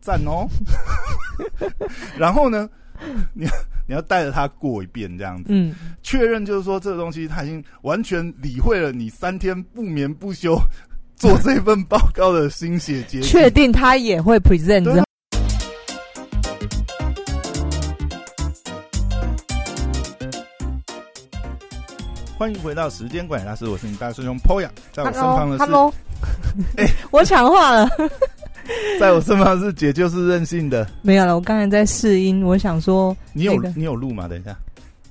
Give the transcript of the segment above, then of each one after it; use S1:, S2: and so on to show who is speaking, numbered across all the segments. S1: 赞哦。 然后呢，你你要带着他过一遍这样子，
S2: 嗯，
S1: 确认就是说这个东西他已经完全理会了你三天不眠不休做这份报告的心血结晶。
S2: 确定他也会 present
S1: 对啊
S2: 之后，
S1: 欢迎回到时间管理大师，我是你大师兄 Poya，在我身旁的是
S2: Hello，
S1: 哎
S2: 我抢话了，
S1: 在我身旁的是姐就是任性的。
S2: 没有了，我刚才在试音，我想说
S1: 你有、
S2: 那个
S1: 你有录吗？等一下，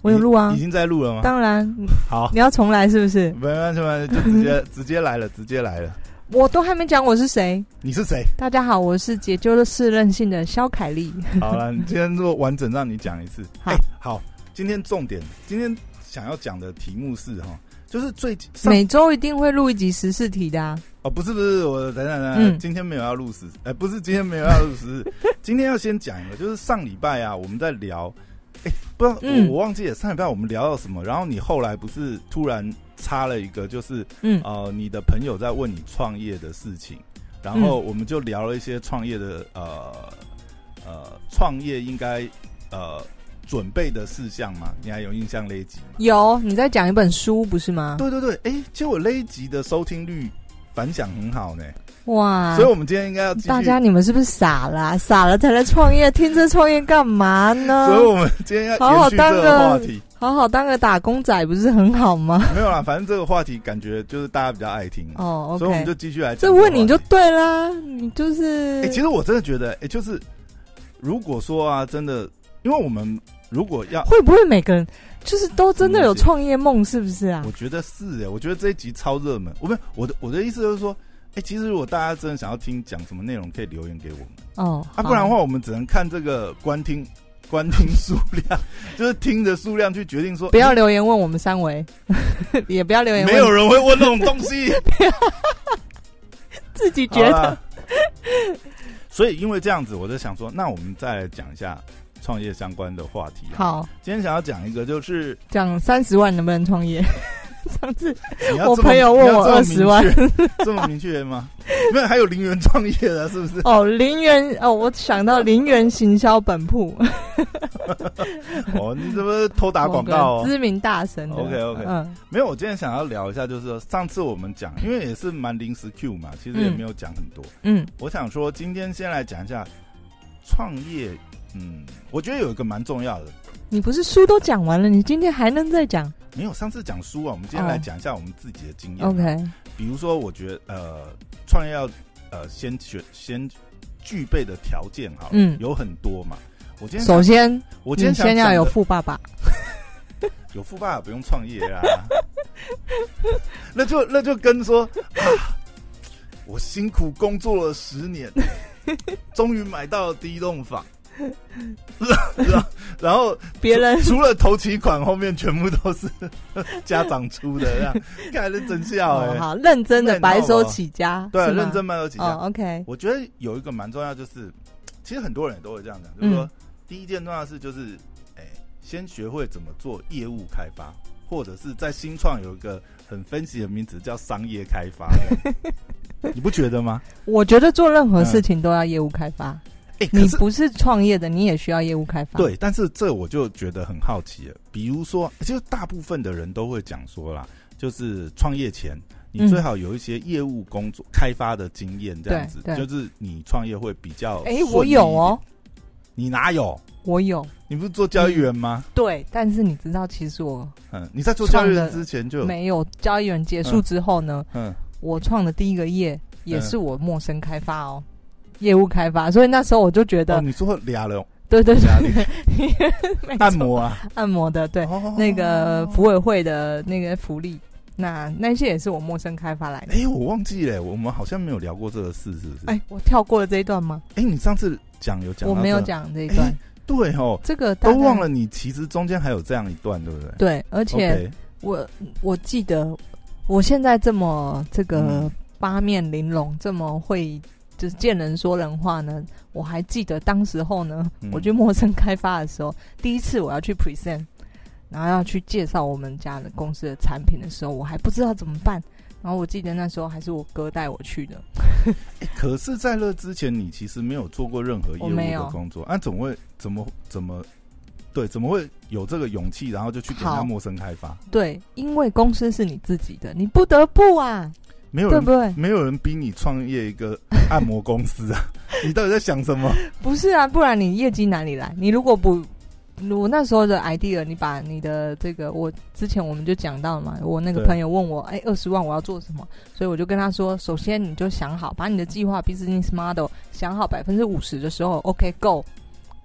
S2: 我有录啊
S1: 已，经在录了吗？
S2: 当然
S1: 好，
S2: 你要重来是不是？
S1: 没关系，没关系，就直接 直接来了，直接来了。
S2: 我都还没讲我是谁。
S1: 你是谁？
S2: 大家好，我是解救了是任性的肖凯丽。
S1: 好了，你今天做完整，让你讲一次。
S2: 好
S1: 哎好，今天重点，今天想要讲的题目是哈，就是最近上
S2: 每周一定会录一集时事题的、啊，
S1: 哦，不是不是，我等等等等，
S2: 嗯
S1: 今天没有要录十，哎、不是今天没有要录十， 今天要先讲一个，就是上礼拜啊，我们在聊，哎、不知道、
S2: 嗯
S1: 我我忘记了上礼拜我们聊到什么，然后你后来不是突然插了一个，就是
S2: 嗯，
S1: 呃，你的朋友在问你创业的事情，然后我们就聊了一些创业的呃呃创业应该呃准备的事项嘛，你还有印象那一集吗？
S2: 有你在讲一本书不是吗？
S1: 对对对，哎、结果那一集的收听率反响很好呢，
S2: 哇
S1: 所以，我们今天应该要继续
S2: 啊大家你们是不是傻啦、傻了才来创业，听这创业干嘛呢
S1: 所？以我们今天要
S2: 好
S1: 延
S2: 好
S1: 续这个话题，
S2: 好好当个打工仔不是很好吗？
S1: 没有啦，反正这个话题感觉就是大家比较爱听，
S2: 哦
S1: 所以我们
S2: ，OK，
S1: 就继续来讲
S2: 这
S1: 个话
S2: 问
S1: 题
S2: 你就对啦，你就是
S1: 哎、其实我真的觉得，哎、就是如果说啊，真的，因为我们如果要，
S2: 会不会每个人就是都真的有
S1: 什
S2: 创业梦，是不是啊
S1: 我？觉得是哎、我觉得这一集超热门，我不是我的我的意思就是说。哎、其实如果大家真的想要听讲什么内容，可以留言给我们
S2: 哦，
S1: 啊，不然的
S2: 好
S1: 话，我们只能看这个观听 观听数量，就是听的数量去决定说
S2: 不要留言问我们三维， 也不要留言问
S1: 没有人会问这种东西，
S2: 自己 觉
S1: 好
S2: 得
S1: 啦。 所以因为这样子，我就想说，那我们再来讲一下创业相关的话题。，啊
S2: 好。
S1: 今天想要讲一个就是
S2: 讲三十万能不能创业？ 上次
S1: 你要
S2: 我
S1: 这么
S2: 朋友问
S1: 你要
S2: 我
S1: 这么
S2: 20万
S1: 明确， 这么明确吗？没有，还有零元创业的，是不 是？
S2: 哦，零元哦，我想到零元行销本铺
S1: 哦，你这不是偷 打广告
S2: 某个
S1: 哦？
S2: 知名大神的。
S1: OK，OK
S2: 嗯
S1: 没有，我今天想要聊一下，就是说上次我们讲，因为也是蛮临时 Q 嘛，其实也
S2: 嗯
S1: 没有讲很多。
S2: 嗯，
S1: 我想说，今天先来讲一下创业。嗯，我觉得有一个蛮重要的，
S2: 你不是书都讲完了，你今天还能再讲
S1: 没有上次讲书啊，我们今天
S2: 哦
S1: 来讲一下我们自己的经验啊。
S2: ？OK，
S1: 比如说，我觉得呃，创业要呃先学先具备的条件好了，
S2: 嗯
S1: 有很多嘛。我今天
S2: 首先
S1: 我今天
S2: 你
S1: 想
S2: 先要
S1: 讲
S2: 有
S1: 的
S2: 富爸爸，
S1: 有富爸爸不用创业 啦，那就那就跟说啊，我辛苦工作了十年， 终于买到了第一栋房， 然后然后
S2: 别人
S1: 除了头期款，后面全部都是 家长出的，这样看来是真笑哎、
S2: 哦好认真的
S1: 那你
S2: 白
S1: 知道
S2: 手
S1: 吗
S2: 起家，
S1: 对，啊
S2: 是吗
S1: 认真卖有几家。
S2: 哦，OK，
S1: 我觉得有一个蛮重要，就是其实很多人也都会这样讲，就是说、
S2: 嗯
S1: 第一件重要的事就是，哎、先学会怎么做业务开发，或者是在新创有一个很分析的名词叫商业开发， 你不觉得吗？
S2: 我觉得做任何事情都要业务开发，
S1: 哎、可
S2: 你
S1: 是
S2: 不是创业的，你也需要业务开发。，
S1: 对，但是这我就觉得很好奇了。比如说，其实大部分的人都会讲说啦，就是创业前。你
S2: 嗯
S1: 最好有一些业务工作开发的经验，这样子
S2: 对对
S1: 就是你创业会比较。
S2: 哎、我有，哦，
S1: 你哪有？
S2: 我有。
S1: 你不是做交易员吗？
S2: 对，但是你知道，其实我
S1: 嗯，你在做交易员之前就有，
S2: 没有交易员结束之后呢，
S1: 嗯，
S2: 我创的第一个业也是我陌生开发哦，业务开发，所以那时候我就觉得，
S1: 嗯哦，你做 俩人
S2: 对对
S1: 哪里
S2: 对，
S1: 按摩啊，
S2: 按摩的， 对，
S1: 哦
S2: 那个服委会的那个福利，那那些也是我陌生开发来的。
S1: 哎、我忘记了，我们好像没有聊过这个事，是不是？哎、
S2: 哎、我跳过了这一段吗？
S1: 你上次讲有讲，
S2: 我没有，讲这一
S1: 哎
S2: 段，
S1: 对哦，
S2: 这个大
S1: 都
S2: 概
S1: 忘了，你其实中间还有这样一段，对不对？
S2: 对，而且
S1: OK，
S2: 我我记得我现在这么这个
S1: 嗯
S2: 八面玲珑，这么会就是见人说人话呢，我还记得当时候呢，
S1: 嗯
S2: 我去陌生开发的时候，第一次我要去 present，然后要去介绍我们家的公司的产品的时候，我还不知道怎么办。然后我记得那时候还是我哥带我去的，
S1: 欸可是，在那之前，你其实没有做过任何业
S2: 我
S1: 务
S2: 没
S1: 的
S2: 有
S1: 工作，啊，怎么会怎么怎么，对，怎么会有这个勇气，然后就去给
S2: 好
S1: 他陌生开发？
S2: 对，因为公司是你自己的，你不得不啊，
S1: 没有
S2: 对
S1: 人
S2: 不对？
S1: 没有人逼你创业一 个按摩公司啊！ 你到底在想什么？
S2: 不是啊，不然你业绩哪里来？你如果不，我那时候的 idea，你把你的这个，我之前我们就讲到了嘛，我那个
S1: 对
S2: 朋友问我，哎，二十万我要做什么？所以我就跟他说，首先你就想好，把你的计划 business model 想好百分之五十的时候，OK go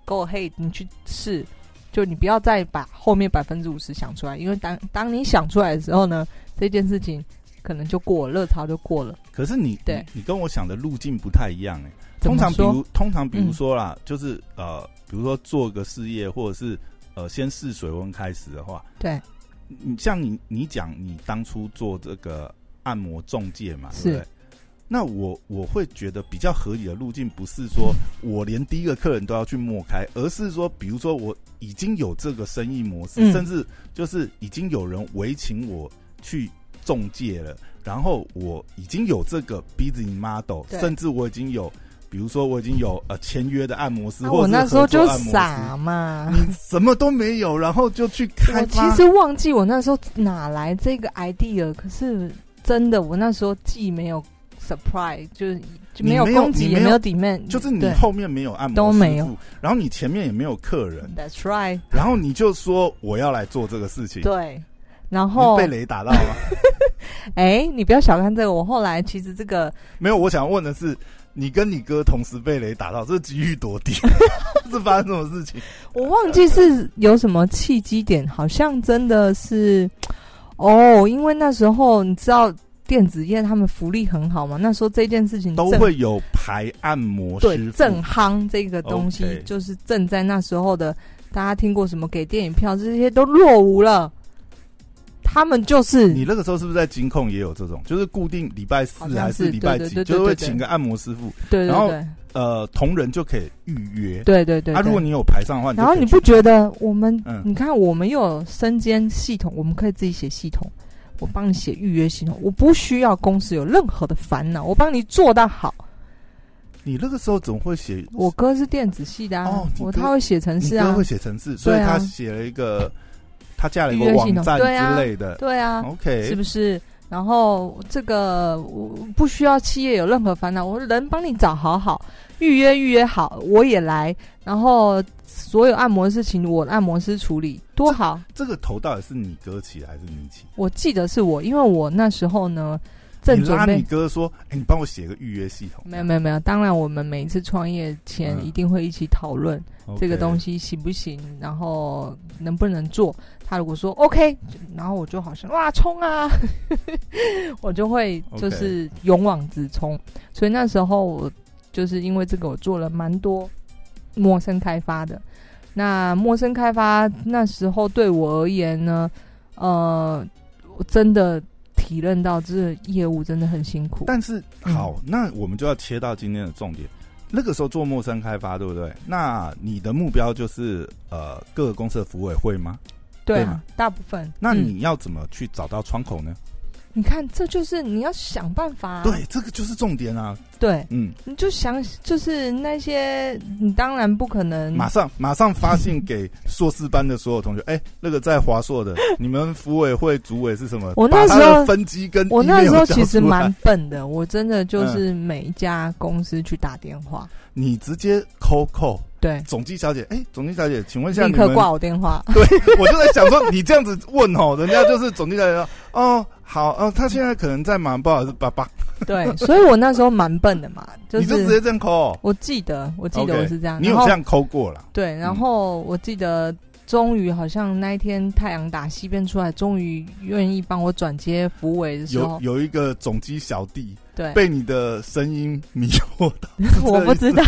S2: go ahead，你去试。就你不要再把后面百分之五十想出来，因为当当你想出来的时候呢，这件事情可能就过了，热潮就过了。
S1: 可是你
S2: 对
S1: 你，你跟我想的路径不太一样哎、
S2: 怎
S1: 通
S2: 么
S1: 常比
S2: 说嗯
S1: 如通常比如说啦，就是呃，比如说做个事业，或者是呃，先试水温开始的话，
S2: 对
S1: 你像你你讲你当初做这个按摩中介嘛，对不对？那我我会觉得比较合理的路径，不是说我连第一个客人都要去默开，而是说，比如说我已经有这个生意模式，
S2: 嗯
S1: 甚至就是已经有人委请我去中介了，然后我已经有这个 business model，
S2: 对
S1: 甚至我已经有，比如说我已经有呃签约的按摩师，
S2: 啊，
S1: 或者
S2: 我
S1: 是
S2: 那时候
S1: 合作
S2: 就
S1: 按摩师
S2: 傻，嘛，
S1: 你什么都没有，然后就去开
S2: 我其
S1: 发
S2: 实忘记我那时候哪来这个 idea，可是真的，我那时候既没有 surprise，就是就
S1: 你
S2: 没有
S1: 没有
S2: 供给，
S1: 你
S2: 也
S1: 没
S2: 没
S1: 有
S2: 有 demand，
S1: 就是你
S2: 对
S1: 后面没有按摩
S2: 都
S1: 师
S2: 没有
S1: 傅，然后你前面也没有客人，
S2: That's right，
S1: 然后你就说我要来做这个事情，
S2: 对。然
S1: 你
S2: 后，
S1: 被雷打到 吗？
S2: 哎、你不要小看这个。我后来其实这个
S1: 没有，我想问的是，你跟你哥同时被雷打到，这几率多 低？是发生什么事情？
S2: 我忘记是有什么契机点，好像真的是哦，因为那时候你知道电子业他们福利很好嘛，那时候这件事情
S1: 都
S2: 正
S1: 会有排按摩
S2: 对
S1: 哦师傅，
S2: 正夯这个东西
S1: OK
S2: 就是正在那时候的，大家听过什么给电影票这些都落伍了，他们就是
S1: 你那个时候是不是在金控也有这种？就是固定礼拜四
S2: 好像
S1: 还
S2: 是
S1: 礼拜
S2: 对
S1: 几，
S2: 对对
S1: 就是
S2: 对
S1: 会
S2: 对
S1: 请个按摩师傅，
S2: 对对
S1: 然后
S2: 对
S1: 呃，同仁就可以预约。
S2: 对对对
S1: 啊，如果
S2: 对
S1: 你有排上的话，
S2: 然后
S1: 就可以
S2: 你不觉得我们？
S1: 嗯
S2: 你看我们又有身兼系统，我们可以自己写系统，我帮你写预约系统，我不需要公司有任何的烦恼，我帮你做到好。
S1: 你那个时候总会写
S2: 我哥是电子系的啊，
S1: 哦你
S2: 我
S1: 哥
S2: 他会写程
S1: 你
S2: 式
S1: 哥
S2: 啊
S1: 会，写程式，所以
S2: 对啊
S1: 他写了一个，他架了一
S2: 预
S1: 个
S2: 约
S1: 网
S2: 系统
S1: 站
S2: 对啊
S1: 之类的。
S2: 对啊，是
S1: OK，
S2: 不是？然后这个我不需要企业有任何烦恼，我人帮你找好好，预约预约好，我也来，然后所有按摩的事情我按摩师处理，多好！
S1: 这个头到底是你哥起还是你起？
S2: 我记得是我，因为我那时候呢正
S1: 你
S2: 准
S1: 拉
S2: 备
S1: 你，哥说：“哎，你帮我写个预约系统。”
S2: 没有没有没有，当然我们每一次创业前
S1: 嗯
S2: 一定会一起讨论
S1: 有
S2: 这个东
S1: 西，
S2: 西行不行，然后能不能做。他如果说 OK，然后我就好像哇冲啊， 我就会
S1: OK
S2: 就是勇往直冲。所以那时候我就是因为这个，我做了蛮多陌生开发的。那陌生开发那时候对我而言呢，呃，我真的体认到这业务真的很辛苦。
S1: 但是
S2: 嗯
S1: 好，那我们就要切到今天的重点。那个时候做陌生开发，对不对？那你的目标就是呃各个公司的服委会吗？
S2: 对
S1: 对
S2: 啊
S1: 嘛，
S2: 大部分。
S1: 那
S2: 嗯
S1: 你要怎么去找到窗口呢？
S2: 你看，这就是你要想办法啊、
S1: 对，这个就是重点啊。
S2: 对，
S1: 嗯，
S2: 你就想，就是那些你当然不可能，
S1: 马上马上发信给硕士班的所有同学，哎、那个在华硕的，你们服委会主委是什么？
S2: 我
S1: 把
S2: 那时
S1: 他的
S2: 候
S1: 分机跟
S2: 我那
S1: email
S2: 时候
S1: 交
S2: 其实
S1: 出来
S2: 蛮笨的，我真的就是每一家公司去打电话，
S1: 你直接 call call
S2: 对，
S1: 总机小姐，哎、总机小姐，请问一下
S2: 立
S1: 你
S2: 刻
S1: 们，
S2: 挂我电 话。
S1: 我就在想说你这样子问哦，人家就是总机小姐说，哦，好，哦，他现在可能在忙，不好意思，爸爸，
S2: 对，所以我那时候蛮笨的嘛，就
S1: 你就直
S2: 是
S1: 接这样 call，哦、
S2: 我记得，我记得
S1: OK，
S2: 我是这样，
S1: 你
S2: 然
S1: 有
S2: 后
S1: 这样 call 过了，
S2: 对，然
S1: 嗯
S2: 后我记得。终于，好像那一天太阳打西边出来，终于愿意帮我转接扶委的时
S1: 有
S2: 候，
S1: 有一个总机小弟
S2: 哦对，
S1: 被你的声音迷惑到，
S2: 我不知道，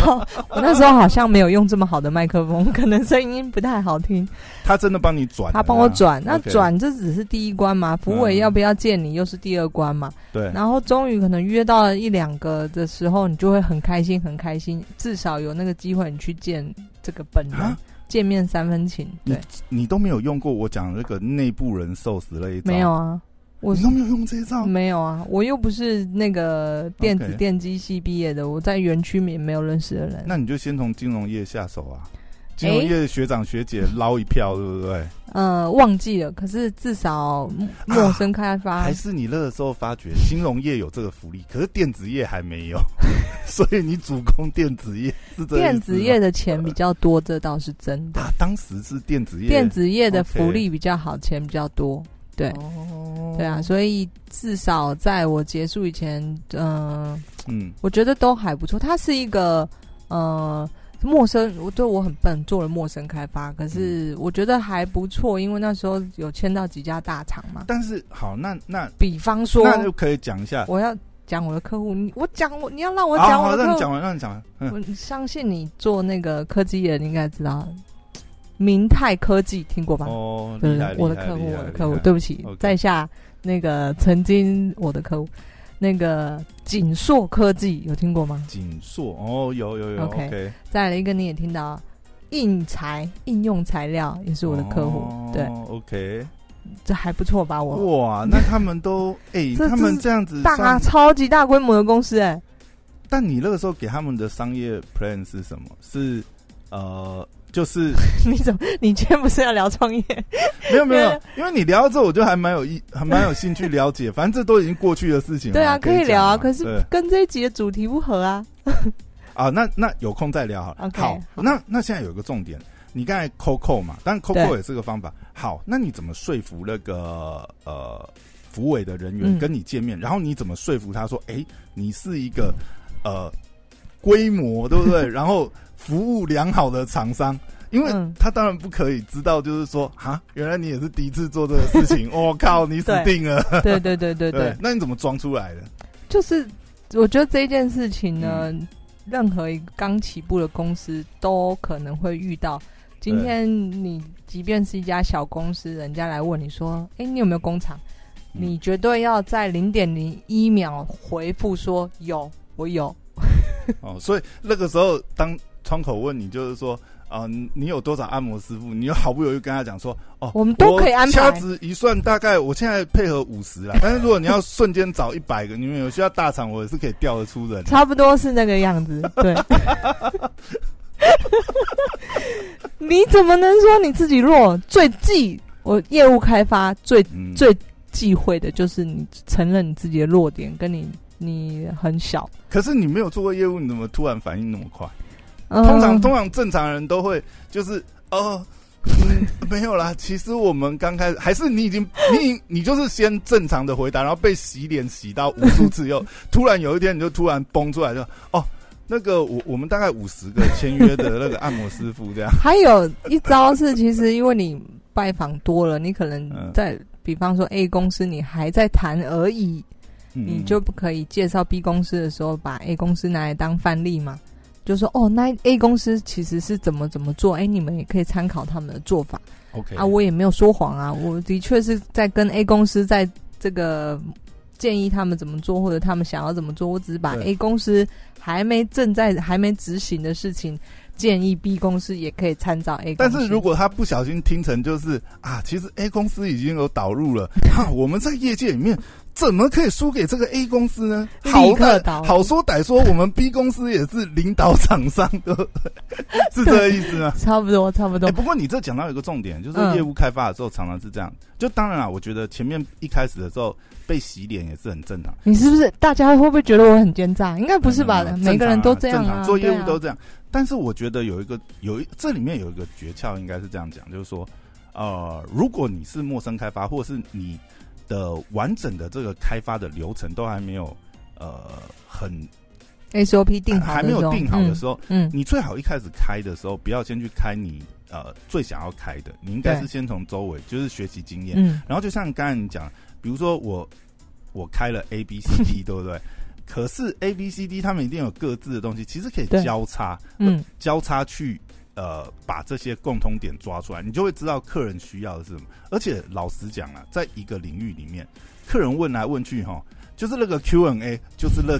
S2: 我那时候好像没有用这么好的麦克风，可能声音不太好听。
S1: 他真的帮你转了啦，啊
S2: 他帮我转，那
S1: OK
S2: 转这只是第一关嘛，服委
S1: 嗯
S2: 要不要见你又是第二关嘛。
S1: 对。
S2: 然后终于可能约到了一两个的时候，你就会很开心，很开心，至少有那个机会你去见这个本人
S1: 啊，
S2: 见面三分情。对，
S1: 你都没有用过我讲的那个内部人受死那一招，
S2: 没有啊，我
S1: 你都没有用这一招，
S2: 没有啊，我又不是那个电子
S1: OK
S2: 电机系毕业的，我在园区里没有认识的人。
S1: 那你就先从金融业下手啊，金融业的学长学姐捞一票，对不对？
S2: 呃，忘记了，可是至少陌生开发
S1: 啊还是你那个时候发觉金融业有这个福利，可是电子业还 没有，所以你主攻电子业是这意思吗
S2: 电子业的钱比较多，这倒是真的。
S1: 啊，当时是电子业，
S2: 电子业的
S1: OK
S2: 福利比较好，钱比较多。对
S1: 哦
S2: 对啊，，所以至少在我结束以前，嗯、
S1: 嗯，
S2: 我觉得都还不错。它是一个呃陌生，我对我很笨，做了陌生开发，可
S1: 嗯
S2: 是我觉得还不错，因为那时候有签到几家大厂嘛。
S1: 但是好，那那
S2: 比方说，
S1: 那就可以讲一下。
S2: 我要讲我的客户，你我讲我，你要让我
S1: 好
S2: 讲
S1: 啊好，
S2: 我的
S1: 让你
S2: 客
S1: 讲
S2: 户。
S1: 完，让你讲完。嗯，
S2: 我相信你做那个科技业，你应该知道，明泰科技听过吧？
S1: 哦，
S2: 对
S1: 厉
S2: 不
S1: 害，
S2: 对？我的
S1: 厉害
S2: 客户，
S1: 厉害
S2: 我的客
S1: 厉
S2: 户，
S1: 害
S2: 对不起
S1: OK
S2: 在下那个曾经我的客户，那个锦硕科技有听过吗？
S1: 锦硕哦，有有有
S2: OK
S1: ，OK，
S2: 再来一个你也听到啊，硬材应用材料也是我的客户，对，
S1: 哦，OK，
S2: 这还不错吧？我
S1: 哇，那他们 都哎，
S2: 这
S1: 他
S2: 这
S1: 们
S2: 是
S1: 这样子
S2: 大
S1: 算
S2: 超级大规模的公司哎、
S1: 但你那个时候给他们的商业 plan 是什么？是呃，就是
S2: 你怎么你今天不是要聊创业？
S1: 没有没
S2: 因
S1: 有
S2: 为，
S1: 因为你聊到这，我就还蛮有意，还蛮有兴趣了解。反正这都已经过去的事情了，
S2: 对啊，可以
S1: 讲
S2: 聊
S1: 嘛
S2: 啊，可是
S1: 对
S2: 跟这一集的主题不 合啊。
S1: 啊，那那有空再聊好了。
S2: OK，
S1: 好，
S2: 好
S1: 那那现在有一个重点，你刚才扣扣嘛，但扣扣
S2: 对
S1: 也是个方法。好，那你怎么说服那个呃服委的人员
S2: 嗯
S1: 跟你见面？然后你怎么说服他说，哎、你是一个呃规模对不 对？然后服务良好的厂商。因为
S2: 嗯
S1: 他当然不可以知道，就是说，哈，原来你也是第一次做这个事 情，我、靠，你死
S2: 对
S1: 定了。
S2: 对对对对对，
S1: 那你怎么装出来的？
S2: 就是我觉得这件事情呢，任何一个刚起步的公司都可能会遇到。今天你即便是一家小公司，人家来问你说：“哎、你有没有工厂？”
S1: 嗯
S2: 你绝对要在零点零一秒回复说：“有，我有。
S1: 哦，所以那个时候当窗口问你，就是说啊、你你有多少按摩师傅？你又毫不犹豫跟他讲说，哦，
S2: 我们都可以安排
S1: 掐指一算，大概我现在配合五十啦。 但是如果你要瞬间找一百个，你们有需要大厂，我也是可以调得出人”的。
S2: 差不多是那个样子。对， 你怎么能说你自己弱？最忌我业务开发最
S1: 嗯，
S2: 最忌讳的就是你承认你自己的弱点，跟你你很小。
S1: 可是你没有做过业务，你怎么突然反应那么快？
S2: 嗯，
S1: 通常通常正常人都会就是哦。嗯，没有啦。其实我们刚开始还是你已经你你就是先正常的回答，然后被洗脸洗到无数次以后，突然有一天你就突然崩出来就哦，那个我我们大概五十个签约的那个按摩师傅这样
S2: 还有一招是，其实因为你拜访多了，你可能
S1: 嗯
S2: 在。比方说 A 公司你还在谈而已，你
S1: 嗯
S2: 就不可以介绍 B 公司的时候把 A 公司拿来当范例嘛？就说哦，那 A 公司其实是怎么怎么做，哎、你们也可以参考他们的做法
S1: OK
S2: 啊。我也没有说谎啊，我的确是在跟 A 公司在这个建议他们怎么做，或者他们想要怎么做，我只是把
S1: 对
S2: A 公司还没正在还没执行的事情建议 B 公司也可以参照 A 公
S1: 但
S2: 司。
S1: 是如果他不小心听成就是啊，其实 A 公司已经有导入了， 哈、我们在业界里面怎么可以输给这个 A 公司呢？
S2: 立
S1: 好歹
S2: 刻导入
S1: 好说歹说，我们 B 公司也是领导厂商的， 是这个意思吗？
S2: 差不多差不多
S1: 哎，，不过你这讲到一个重点，就是
S2: 嗯
S1: 业务开发的时候常常是这样。就当然啊，我觉得前面一开始的时候被洗脸也是很正常。
S2: 你是不是大家会不会觉得我很奸诈？应该不是吧？
S1: 嗯
S2: 每个人都这样
S1: 正常
S2: 啊，
S1: 做业
S2: 对
S1: 务
S2: 啊
S1: 都这样。但是我觉得有一个有一这里面有一个诀窍，应该是这样讲，就是说，呃，如果你是陌生开发，或是你的完整的这个开发的流程都还没有呃很
S2: SOP 定好的
S1: 还没有定好的时
S2: 候，
S1: 候，
S2: 嗯，嗯
S1: 你最好一开始开的时候，不要先去开你呃最想要开的，你应该
S2: 对
S1: 是先从周围就是学习经验。
S2: 嗯
S1: 然后就像刚才你讲，比如说我我开了 A B C D，对不对？可是 A B C D 他们一定有各自的东西，其实可以
S2: 对
S1: 交叉，
S2: 嗯，
S1: 交叉去呃把这些共通点抓出来，你就会知道客人需要的是什么。而且老实讲啊，在一个领域里面，客人问来问去哈，就是那个 Q&A，就是那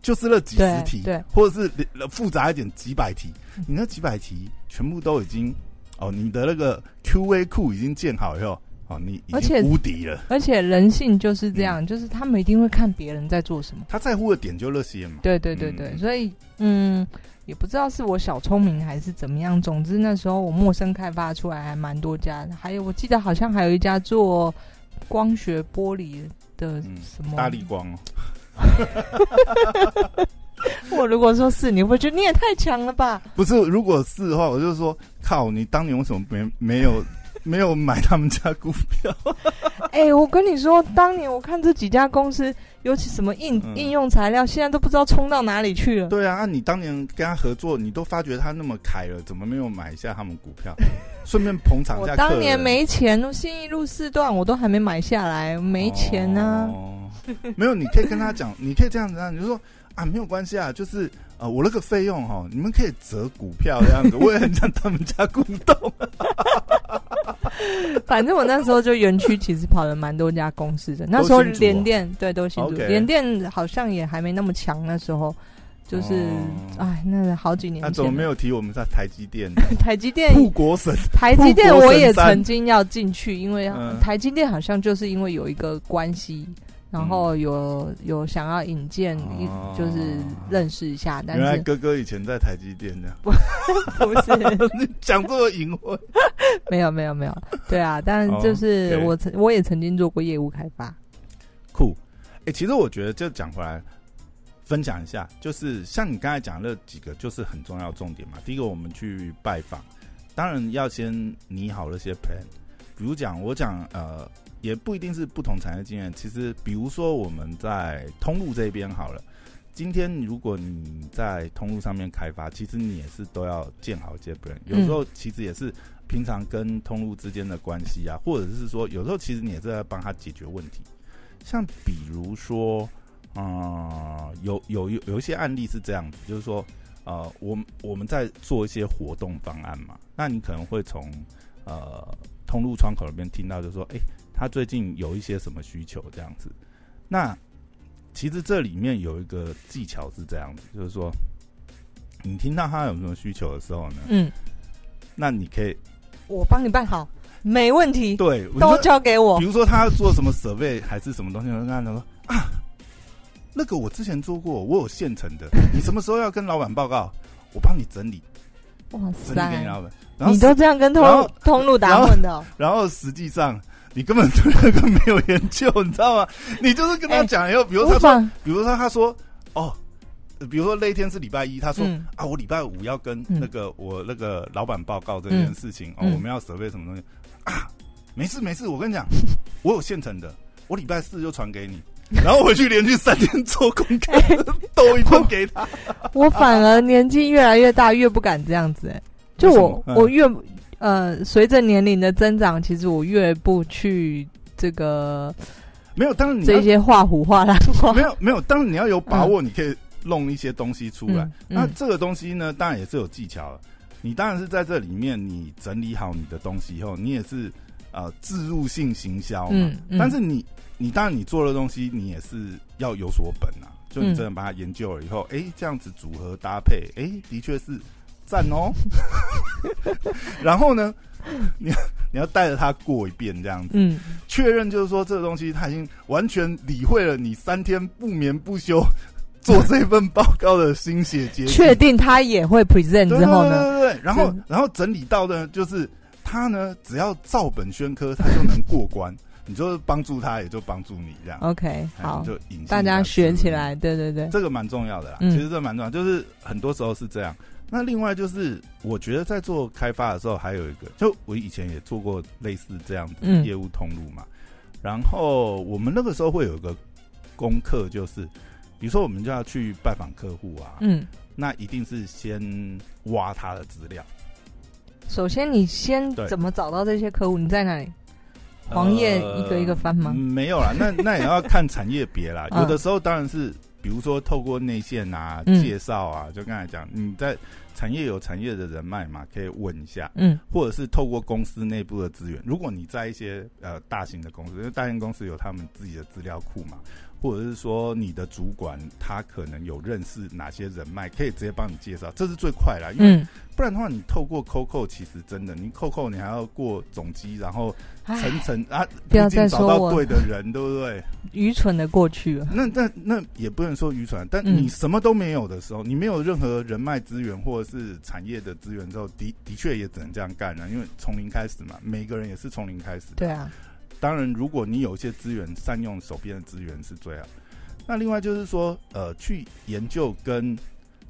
S1: 就是那几十
S2: 对
S1: 题，
S2: 对
S1: 或者是呃复杂一点几百题，你那几百题全部都已经哦，你的那个 Q&A 库已经建好以后。哦，你已
S2: 而且
S1: 经无敌了。
S2: 而且人性就是
S1: 嗯
S2: 这样，就是他们一定会看别人在做什么。
S1: 他在乎的点就那些嘛。
S2: 对对对对，
S1: 嗯
S2: 所以嗯，也不知道是我小聪明还是怎么样。总之那时候我陌生开发出来还蛮多家的，还有我记得好像还有一家做光学玻璃的
S1: 嗯
S2: 什么。
S1: 大力光哦，
S2: 我如果说是，你会觉得你也太强了吧？
S1: 不是，如果是的话，我就说靠，你当年为什么没没有 没有买他们家 股票？
S2: 哎、我跟你说，当年我看这几家公司，尤其什么应、
S1: 嗯
S2: 应用材料，现在都不知道冲到哪里去了。
S1: 对啊，啊你当年跟他合作，你都发觉他那么凯了，怎么没有买一下他们股票，顺便捧场一
S2: 我
S1: 下客人？啊
S2: 当年没钱，信义路四段我都还没买下来，没钱啊。
S1: 哦、没有，你可以跟他 讲，你可以这样子啊，你就说啊，没有关系啊，就是呃，我那个费用哈，你们可以折股票这样子， 我也很想他们家股 东。
S2: 反正我那时候就园区其实跑了蛮多家公司的，那时候
S1: 新竹哦
S2: 联电对都是新竹，
S1: OK
S2: 联电好像也还没那么强，那时候就是
S1: 哦
S2: 哎、那好几年
S1: 那怎么
S2: 前
S1: 没
S2: 了，
S1: 有提我们在台积电、
S2: 台积电
S1: 护国神？
S2: 台积电
S1: 护国
S2: 我也
S1: 神山
S2: 曾经要进去，因为
S1: 嗯
S2: 台积电好像就是因为有一个关系，然后有有想要引荐，一
S1: 嗯哦
S2: 就是认识一下，但
S1: 原来
S2: 是
S1: 哥哥以前在台积电 呢，
S2: 不是
S1: 你讲这么隐晦，
S2: 没有没有没有，对啊，但
S1: 哦
S2: 就是
S1: ，OK
S2: 我曾我也曾经做过业务开发，
S1: 酷。哎、其实我觉得就讲回来。分享一下，就是像你刚才讲的那几个，就是很重要的重点嘛。第一个，我们去拜访，当然要先拟好那些 plan。比如讲，我讲呃，也不一定是不同产业经验。其实，比如说我们在通路这边好了，今天如果你在通路上面开发，其实你也是都要建好一些 plan。有时候其实也是平常跟通路之间的关系啊，或者是说，有时候其实你也是在帮他解决问题。像比如说，啊、有有有有一些案例是这样子，就是说，呃，我们我们在做一些活动方案嘛，那你可能会从呃通路窗口那边听到，就说，哎、他最近有一些什么需求这样子。那其实这里面有一个技巧是这样子，就是说，你听到他有什么需求的时候呢，
S2: 嗯，
S1: 那你可以
S2: 我帮你办好，没问题，
S1: 对，我
S2: 都
S1: 就
S2: 交给我
S1: 比，如说他要做什么 survey 还是什么东西，我就跟他讲说啊，那个我之前做过，我有现成的，你什么时候要跟老板报告？我帮你整理，
S2: 哇
S1: 整理给你
S2: 塞！
S1: 老板。然后
S2: 你
S1: 实，
S2: 都这样跟通
S1: 然后
S2: 通路打
S1: 然后
S2: 混的哦、
S1: 然后实际上你根本对那个没有研究，你知道吗？ 你就是跟他讲以 后，比如
S2: 无
S1: 他说，
S2: 法，
S1: 比如说他说，哦，呃比如说那一天是礼拜一，他说
S2: 嗯
S1: 啊，我礼拜五要跟
S2: 嗯
S1: 那个我那个老板报告这件事情哦
S2: 嗯，
S1: 我们要 survey 什么东西啊？没事没事，我跟你讲， 我有现成的，我礼拜四就传给你。然后回去连续三天做功课，
S2: 哎
S1: 都一份给 他。
S2: 我反而年纪越来越大，越不敢这样子、哎，就我
S1: 为什么嗯
S2: 我越呃，随着年龄的增长，其实我越不去这个
S1: 没有，当然你
S2: 这
S1: 要
S2: 些画虎画狼画
S1: 没有没有，当然你要有把握，你可以弄一些东西出来。
S2: 嗯
S1: 那
S2: 嗯
S1: 这个东西呢，当然也是有技巧的。你当然是在这里面，你整理好你的东西以后，你也是呃自入性行销嘛。
S2: 嗯嗯
S1: 但是你你当然你做的东西，你也是要有所本啊。就你真的把它研究了以后，哎、这样子组合搭配，哎、的确是赞哦。 然后呢，你你要带着它过一遍这样子，
S2: 嗯，
S1: 确认就是说这个东西他已经完全理会了你三天不眠不休做这份报告的心血结晶。
S2: 确定他也会 present
S1: 对
S2: 之后呢，
S1: 对对对对，然后
S2: 是
S1: 然后整理到呢，就是他呢，只要照本宣科，他就能过关，你就帮助他，也就帮助你这样。
S2: OK，
S1: 哎
S2: 好
S1: 你，就引进
S2: 大家
S1: 一下
S2: 学
S1: 思
S2: 起
S1: 路
S2: 来，对对对，
S1: 这个蛮重要的啦。
S2: 嗯
S1: 其实这蛮重要，就是很多时候是这样。那另外就是，我觉得在做开发的时候，还有一个，就我以前也做过类似这样子
S2: 嗯
S1: 业务通路嘛。然后我们那个时候会有一个功课，就是比如说我们就要去拜访客户啊，
S2: 嗯，
S1: 那一定是先挖他的资料。
S2: 首先你先
S1: 对
S2: 怎么找到这些客户？你在哪里？黄页
S1: 呃
S2: 一个一个翻吗。
S1: 嗯？没有啦，那那也要看产业别啦 有的时候当然是，比如说透过内线啊、
S2: 嗯
S1: 介绍啊，就刚才讲你在产业有产业的人脉嘛，可以问一下，
S2: 嗯
S1: 或者是透过公司内部的资源。如果你在一些呃大型的公司，因为大型公司有他们自己的资料库嘛，或者是说你的主管他可能有认识哪些人脉，可以直接帮你介绍，这是最快啦。因为
S2: 嗯，
S1: 不然的话，你透过 COCO 其实真的，你 COCO 你还要过总机，然后
S2: 唉，
S1: 层层啊，
S2: 不要
S1: 途径
S2: 再
S1: 找
S2: 说
S1: 到
S2: 我
S1: 对的人，对不对？
S2: 愚蠢的过去了。
S1: 那那那也不能说愚蠢，啊但
S2: 嗯
S1: 你什么都没有的时候，你没有任何人脉资源或者是产业的资源之后，的的确也只能这样干了、啊因为从零开始嘛，每个人也是从零开始的。
S2: 对啊，
S1: 当然，如果你有一些资源，善用手边的资源是最好。那另外就是说，呃，去研究跟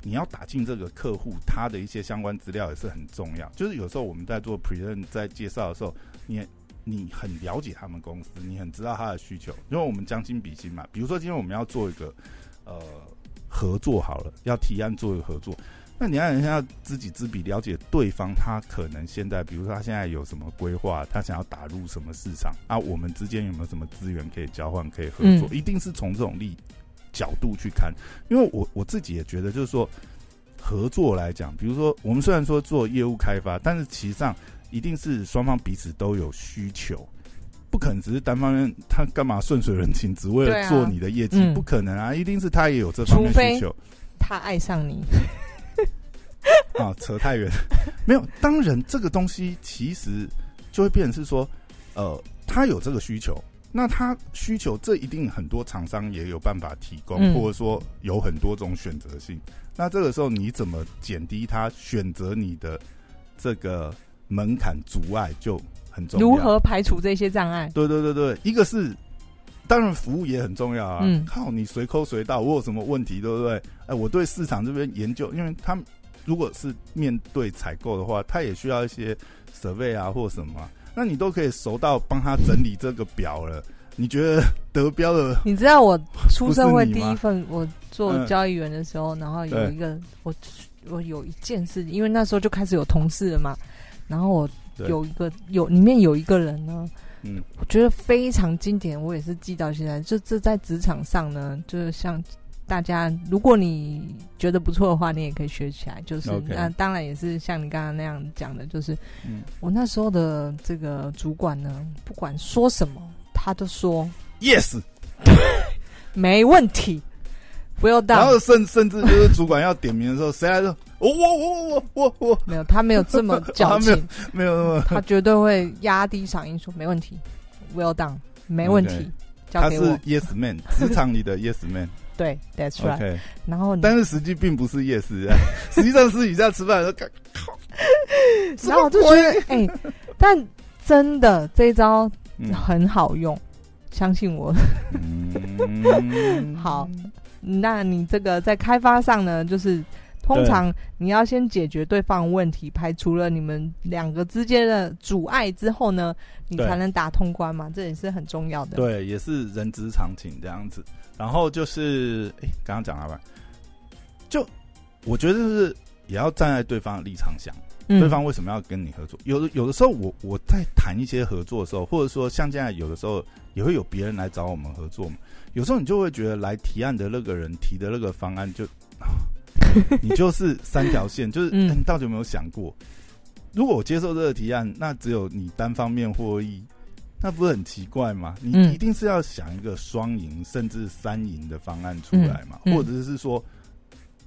S1: 你要打进这个客户他的一些相关资料也是很重要。就是有时候我们在做 present 在介绍的时候，你也你很了解他们公司，你很知道他的需求，因为我们将心比心嘛。比如说今天我们要做一个呃合作好了，要提案做一个合作。那你要人家知己知彼，了解对方他可能现在，比如说他现在有什么规划，他想要打入什么市场啊，我们之间有没有什么资源可以交换、可以合作？
S2: 嗯
S1: 一定是从这种利角度去看，因为我我自己也觉得，就是说合作来讲，比如说我们虽然说做业务开发，但是其实上一定是双方彼此都有需求。不可能只是单方面，他干嘛顺水人情，只为
S2: 对啊
S1: 了做你的业绩？
S2: 嗯
S1: 不可能啊，一定是他也有这方面
S2: 除非
S1: 需求。
S2: 他爱上你，
S1: 啊，扯太远，没有。当然，这个东西其实就会变成是说，呃，他有这个需求，那他需求这一定很多厂商也有办法提供，
S2: 嗯
S1: 或者说有很多种选择性。那这个时候你怎么减低他选择你的这个门槛阻碍就很重要。
S2: 如何排除这些障碍？
S1: 对对对对，一个是当然服务也很重要啊。
S2: 嗯
S1: 靠你随抠随到，我有什么问题，对不对？哎，我对市场这边研究，因为他们如果是面对采购的话，他也需要一些 survey 啊或什么啊、那你都可以熟到帮他整理这个表了。你觉得得标的
S2: 你知 道我出社会
S1: 不是
S2: 第
S1: 你吗
S2: 一份，我做
S1: 嗯
S2: 交易员的时候，然后有
S1: 对
S2: 一个我我有一件事，因为那时候就开始有同事了嘛，然后我
S1: 对
S2: 有一个有里面有一个人呢，
S1: 嗯
S2: 我觉得非常经典，我也是记到现在。就这在职场上呢，就是像大家，如果你觉得不错的话，你也可以学起来。就是
S1: OK
S2: 那当然也是像你刚刚那样讲的，就是
S1: 嗯
S2: 我那时候的这个主管呢，不管说什么，他都说
S1: yes，
S2: 没问题，不要
S1: 然
S2: 当
S1: 后甚甚至就是主管要点名的时候，谁来说哦我我我我我我
S2: 没有，他没有这么
S1: 他
S2: 矫
S1: 没有
S2: 情，
S1: 哦没有那么
S2: 他绝对会压低嗓音说没问题，well done，没问题
S1: OK，
S2: 交
S1: 他
S2: 给
S1: 是
S2: 我。
S1: yes man，职场里的 yes man。
S2: 对，that's right。
S1: OK，
S2: 然后你，
S1: 但是实际并不是夜市， 哎实际上私底下吃饭的时候，
S2: 然后我就觉得，哎、但真的这一招很好用，相信我。
S1: 嗯，
S2: 好，那你这个在开发上呢，就是通常你要先解决对方的问题，排除了你们两个之间的阻碍之后呢，你
S1: 对
S2: 才能打通关嘛，这也是很重要的。，
S1: 对，也是人之常情这样子。然后就是，哎、刚刚讲了吧，就我觉得就是也要站在对方的立场想，
S2: 嗯
S1: 对方为什么要跟你合作？有的有的时候我，我在谈一些合作的时候，或者说像现在有的时候也会有别人来找我们合作嘛。有时候你就会觉得来提案的那个人提的那个方案就， 你就是三条线，就是、
S2: 嗯
S1: 哎你到底有没有想过，如果我接受这个提案，那只有你单方面获益，那不是很奇怪吗？你
S2: 嗯
S1: 一定是要想一个双赢甚至三赢的方案出来嘛，
S2: 嗯嗯
S1: 或者是说，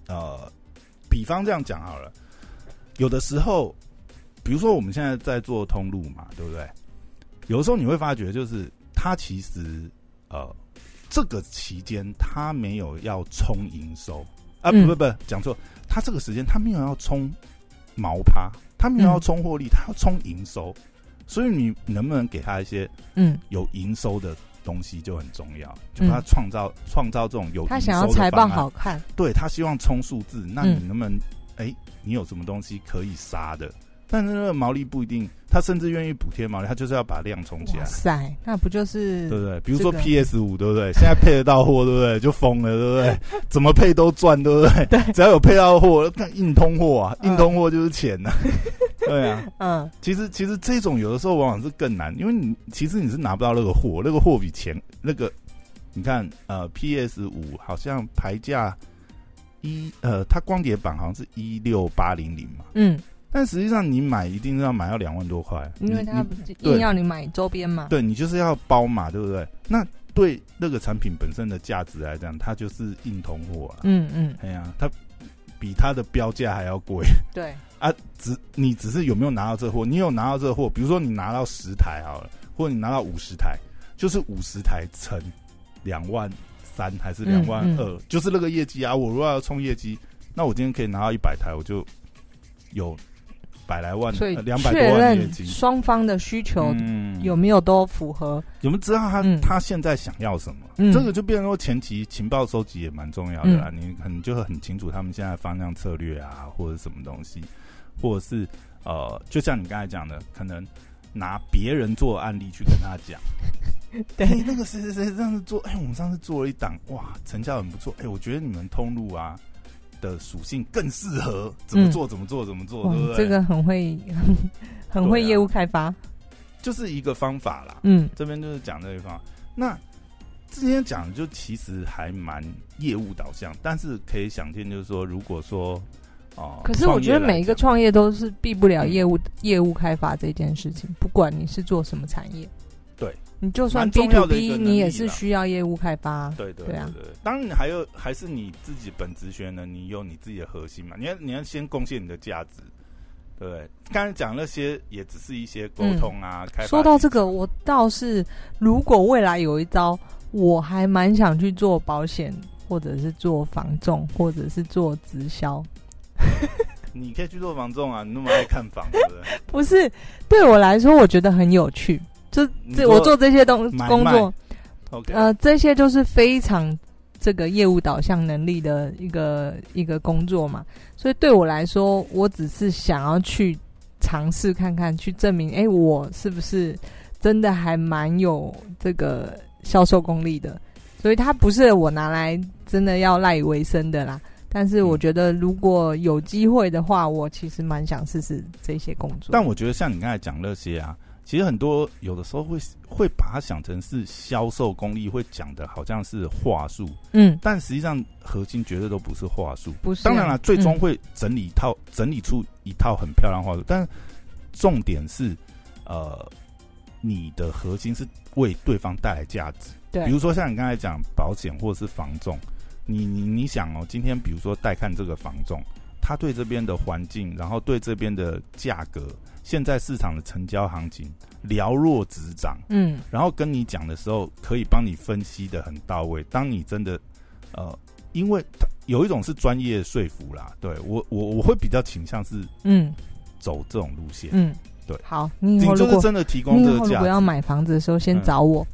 S1: 呃，比方这样讲好了，有的时候，比如说我们现在在做通路嘛，对不对？有的时候你会发觉，就是他其实呃，这个期间他没有要冲营收啊，
S2: 嗯
S1: 不不不，讲错，他这个时间他没有要冲毛趴，他没有要
S2: 嗯
S1: 冲获利，他要冲营收，所以你能不能给他一些
S2: 嗯，
S1: 有营收的东西就很重要，就把它创造创、造这种有
S2: 他
S1: 营
S2: 想要
S1: 收的
S2: 财报
S1: 方案
S2: 好看，
S1: 对他希望冲数字，那你
S2: 嗯
S1: 能不能哎、你有什么东西可以杀的？但是那个毛利不一定，他甚至愿意补贴毛利，他就是要把量冲起
S2: 哇
S1: 来，
S2: 塞，那不就是
S1: 对不对？比如说
S2: 这个
S1: PS 五，对不对？现在配得到货，对不对？就疯了，对不 对？怎么配都赚，对不对？
S2: 对
S1: 只要有配到货，那硬通货啊，
S2: 嗯
S1: 硬通货就是钱呐、 对啊，
S2: 嗯
S1: 其实其实这种有的时候往往是更难，因为你其实你是拿不到那个货，那个货比钱那个，你看呃，PS 五好像牌价一呃，它光碟版好像是一六八零零嘛，
S2: 嗯，
S1: 但实际上你买一定是要买到两万多块，
S2: 因为
S1: 你
S2: 他
S1: 你对
S2: 硬要你买周边嘛，
S1: 对你就是要包嘛，对不对？那对那个产品本身的价值来讲，它就是硬通货啊，
S2: 嗯嗯，
S1: 哎呀、它比它的标价还要贵
S2: 对，
S1: 啊！只你只是有没有拿到这货？你有拿到这货，比如说你拿到十台好了，或者你拿到五十台，就是五十台乘两万三还是两万二、
S2: 嗯
S1: 就是那个业绩啊！我如果要冲业绩，那我今天可以拿到一百台，我就有百来万呃
S2: 所以，
S1: 两百、
S2: 确
S1: 多万的业
S2: 认
S1: 绩。
S2: 双方的需求
S1: 嗯
S2: 有没有都符合，
S1: 有没有知道他、
S2: 嗯
S1: 他现在想要什么？
S2: 嗯
S1: 这个就变成说前期情报收集也蛮重要的啦，你可能就会很清楚他们现在的方向策略啊，或者什么东西，或者是呃，就像你刚才讲的，可能拿别人做案例去跟他讲，
S2: 对
S1: 哎那个谁谁谁上次做，哎、我们上次做了一档，哇，成效很不错，哎、我觉得你们通路啊的属性更适合怎么做怎么做怎么做，
S2: 嗯哇
S1: 对不，对？
S2: 这个很会， 很
S1: 欸对
S2: 会
S1: 啊
S2: 业务开发，
S1: 就是一个方法啦，
S2: 嗯
S1: 这边就是讲这一方。那之前讲的就其实还蛮业务导向，但是可以想见，就是说，如果说哦、
S2: 可是我觉得每一个
S1: 创
S2: 创业都是避不了
S1: 嗯
S2: 业务、业务开发这件事情，不管你是做什么产业，
S1: 对，
S2: 你就算
S1: 蛮
S2: B
S1: 重要
S2: to
S1: 的一个
S2: B，
S1: 能力
S2: 你也是
S1: 啦
S2: 需要业务开发啊。
S1: 业来讲对对
S2: 对啊
S1: 对对，当然你还有还是你自己本职学呢，你有你自己的核心嘛，你要你要先贡献你的价值。对不对，刚才讲那些也只是一些沟通啊，开发
S2: 嗯说到
S1: 技
S2: 这
S1: 巧
S2: 个，我倒是如果未来有一招，我还蛮想去做保险，或者是做房仲，或者是做直销。
S1: 你可以去做房仲啊，你那么爱看房，对不对？
S2: 不是对我来说，我觉得很有趣。就
S1: 你
S2: 这
S1: 做
S2: 我做这些东
S1: 买卖
S2: 工作，
S1: OK，、
S2: 呃，这些就是非常这个业务导向能力的一个一个工作嘛，所以对我来说，我只是想要去尝试看看，去证明，哎、我是不是真的还蛮有这个销售功力的，所以它不是我拿来真的要赖以为生的啦。但是我
S1: 嗯
S2: 觉得，如果有机会的话，我其实蛮想试试这些工作。
S1: 但我觉得像你刚才讲那些啊，其实很多有的时候会会把它想成是销售功力，会讲的好像是话术，
S2: 嗯，
S1: 但实际上核心绝对都不是话术。
S2: 不是啊、
S1: 当然了，最终
S2: 嗯
S1: 会整理一套、整理出一套很漂亮的话术，但重点是，呃，你的核心是为对方带来价值。
S2: 对
S1: 比如说像你刚才讲保险或者是房仲，你你你想哦，今天比如说带看这个房仲，他对这边的环境，然后对这边的价格，现在市场的成交行情寥若指掌，
S2: 嗯，
S1: 然后跟你讲的时候，可以帮你分析的很到位。当你真的，呃，因为他有一种是专业说服啦，对我我我会比较倾向是
S2: 嗯
S1: 走这种路线。
S2: 嗯，
S1: 对
S2: 好，你以
S1: 你
S2: 后如
S1: 就是
S2: 果
S1: 真的提供
S2: 你以
S1: 这
S2: 后
S1: 个
S2: 如
S1: 价
S2: 果要
S1: 值，
S2: 买房子的时候，先
S1: 嗯
S2: 找我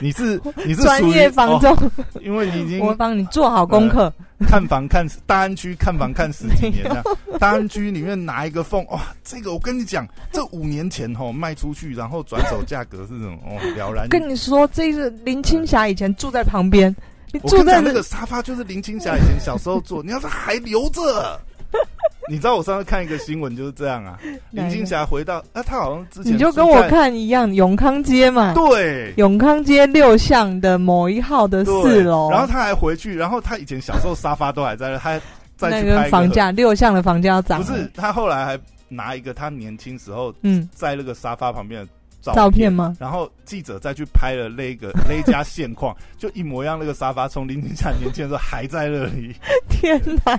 S1: 你是你是
S2: 专
S1: 属于
S2: 业房、仲，
S1: 哦因为你已经嗯
S2: 我帮你做好功课。
S1: 看房看大安区看房看十几年了，大安区里面拿一个缝，哇，这个我跟你讲，这五年前哦卖出去，然后转手价格是什么哦了然于
S2: 跟你说，这个林青霞以前住在旁边，你
S1: 嗯我跟
S2: 住
S1: 你
S2: 在
S1: 讲，那个沙发就是林青霞以前小时候坐，你要是还留着。你知道我上次看一个新闻就是这样啊，
S2: 哪一个
S1: 林青霞回到啊，她好像之前
S2: 你就跟
S1: 住
S2: 我
S1: 在
S2: 看一样，永康街嘛，
S1: 对
S2: 永康街六巷的某一号的
S1: 对
S2: 四楼，
S1: 然后她还回去，然后她以前小时候沙发都还在那，她再
S2: 那
S1: 去拍一
S2: 个
S1: 个
S2: 房价，六巷的房价要涨
S1: 不
S2: 了，
S1: 是她后来还拿一个她年轻时候
S2: 嗯，
S1: 在那个沙发旁边的照
S2: 照片吗？
S1: 然后记者再去拍了那个 那一家现况，就一模一样，那个沙发从林青霞年轻的时候还在那 里，
S2: 天哪！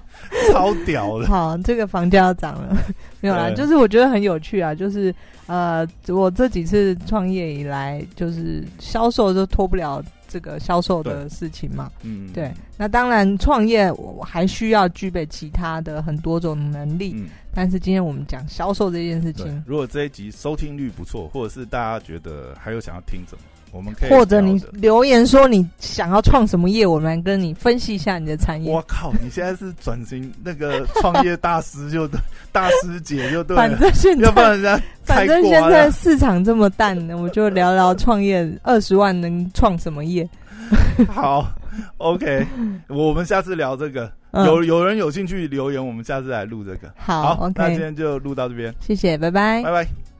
S1: 超屌的。
S2: 好，这个房价要涨了，没有啦，
S1: 对
S2: 就是我觉得很有趣啊，就是呃，我这几次创业以来，就是销售都脱不了这个销售的事情嘛。
S1: 嗯，
S2: 对，那当然创业我还需要具备其他的很多种能力，
S1: 嗯。
S2: 但是今天我们讲销售这件事
S1: 对
S2: 情，，
S1: 如果这一集收听率不错，或者是大家觉得还有想要听什么，我们可以
S2: 或者
S1: 聊
S2: 你
S1: 的
S2: 留言说你想要创什么业，我们来跟你分析一下你的产业
S1: 我。靠，你现在是转型那个创业大师就大师姐就对
S2: 反
S1: 了，
S2: 正现在
S1: 要不然人家
S2: 反
S1: 开
S2: 正现
S1: 挂
S2: 在
S1: 了。
S2: 市场这么淡，我就聊聊创业，二十万能创什么业？
S1: 好，OK，我们下次聊这个。
S2: 嗯、
S1: 有有人有兴趣留言，我们下次来录这个。
S2: 好
S1: 好，那今
S2: ，OK，哎
S1: 天就录到这边，
S2: 谢谢，拜拜
S1: 拜。拜。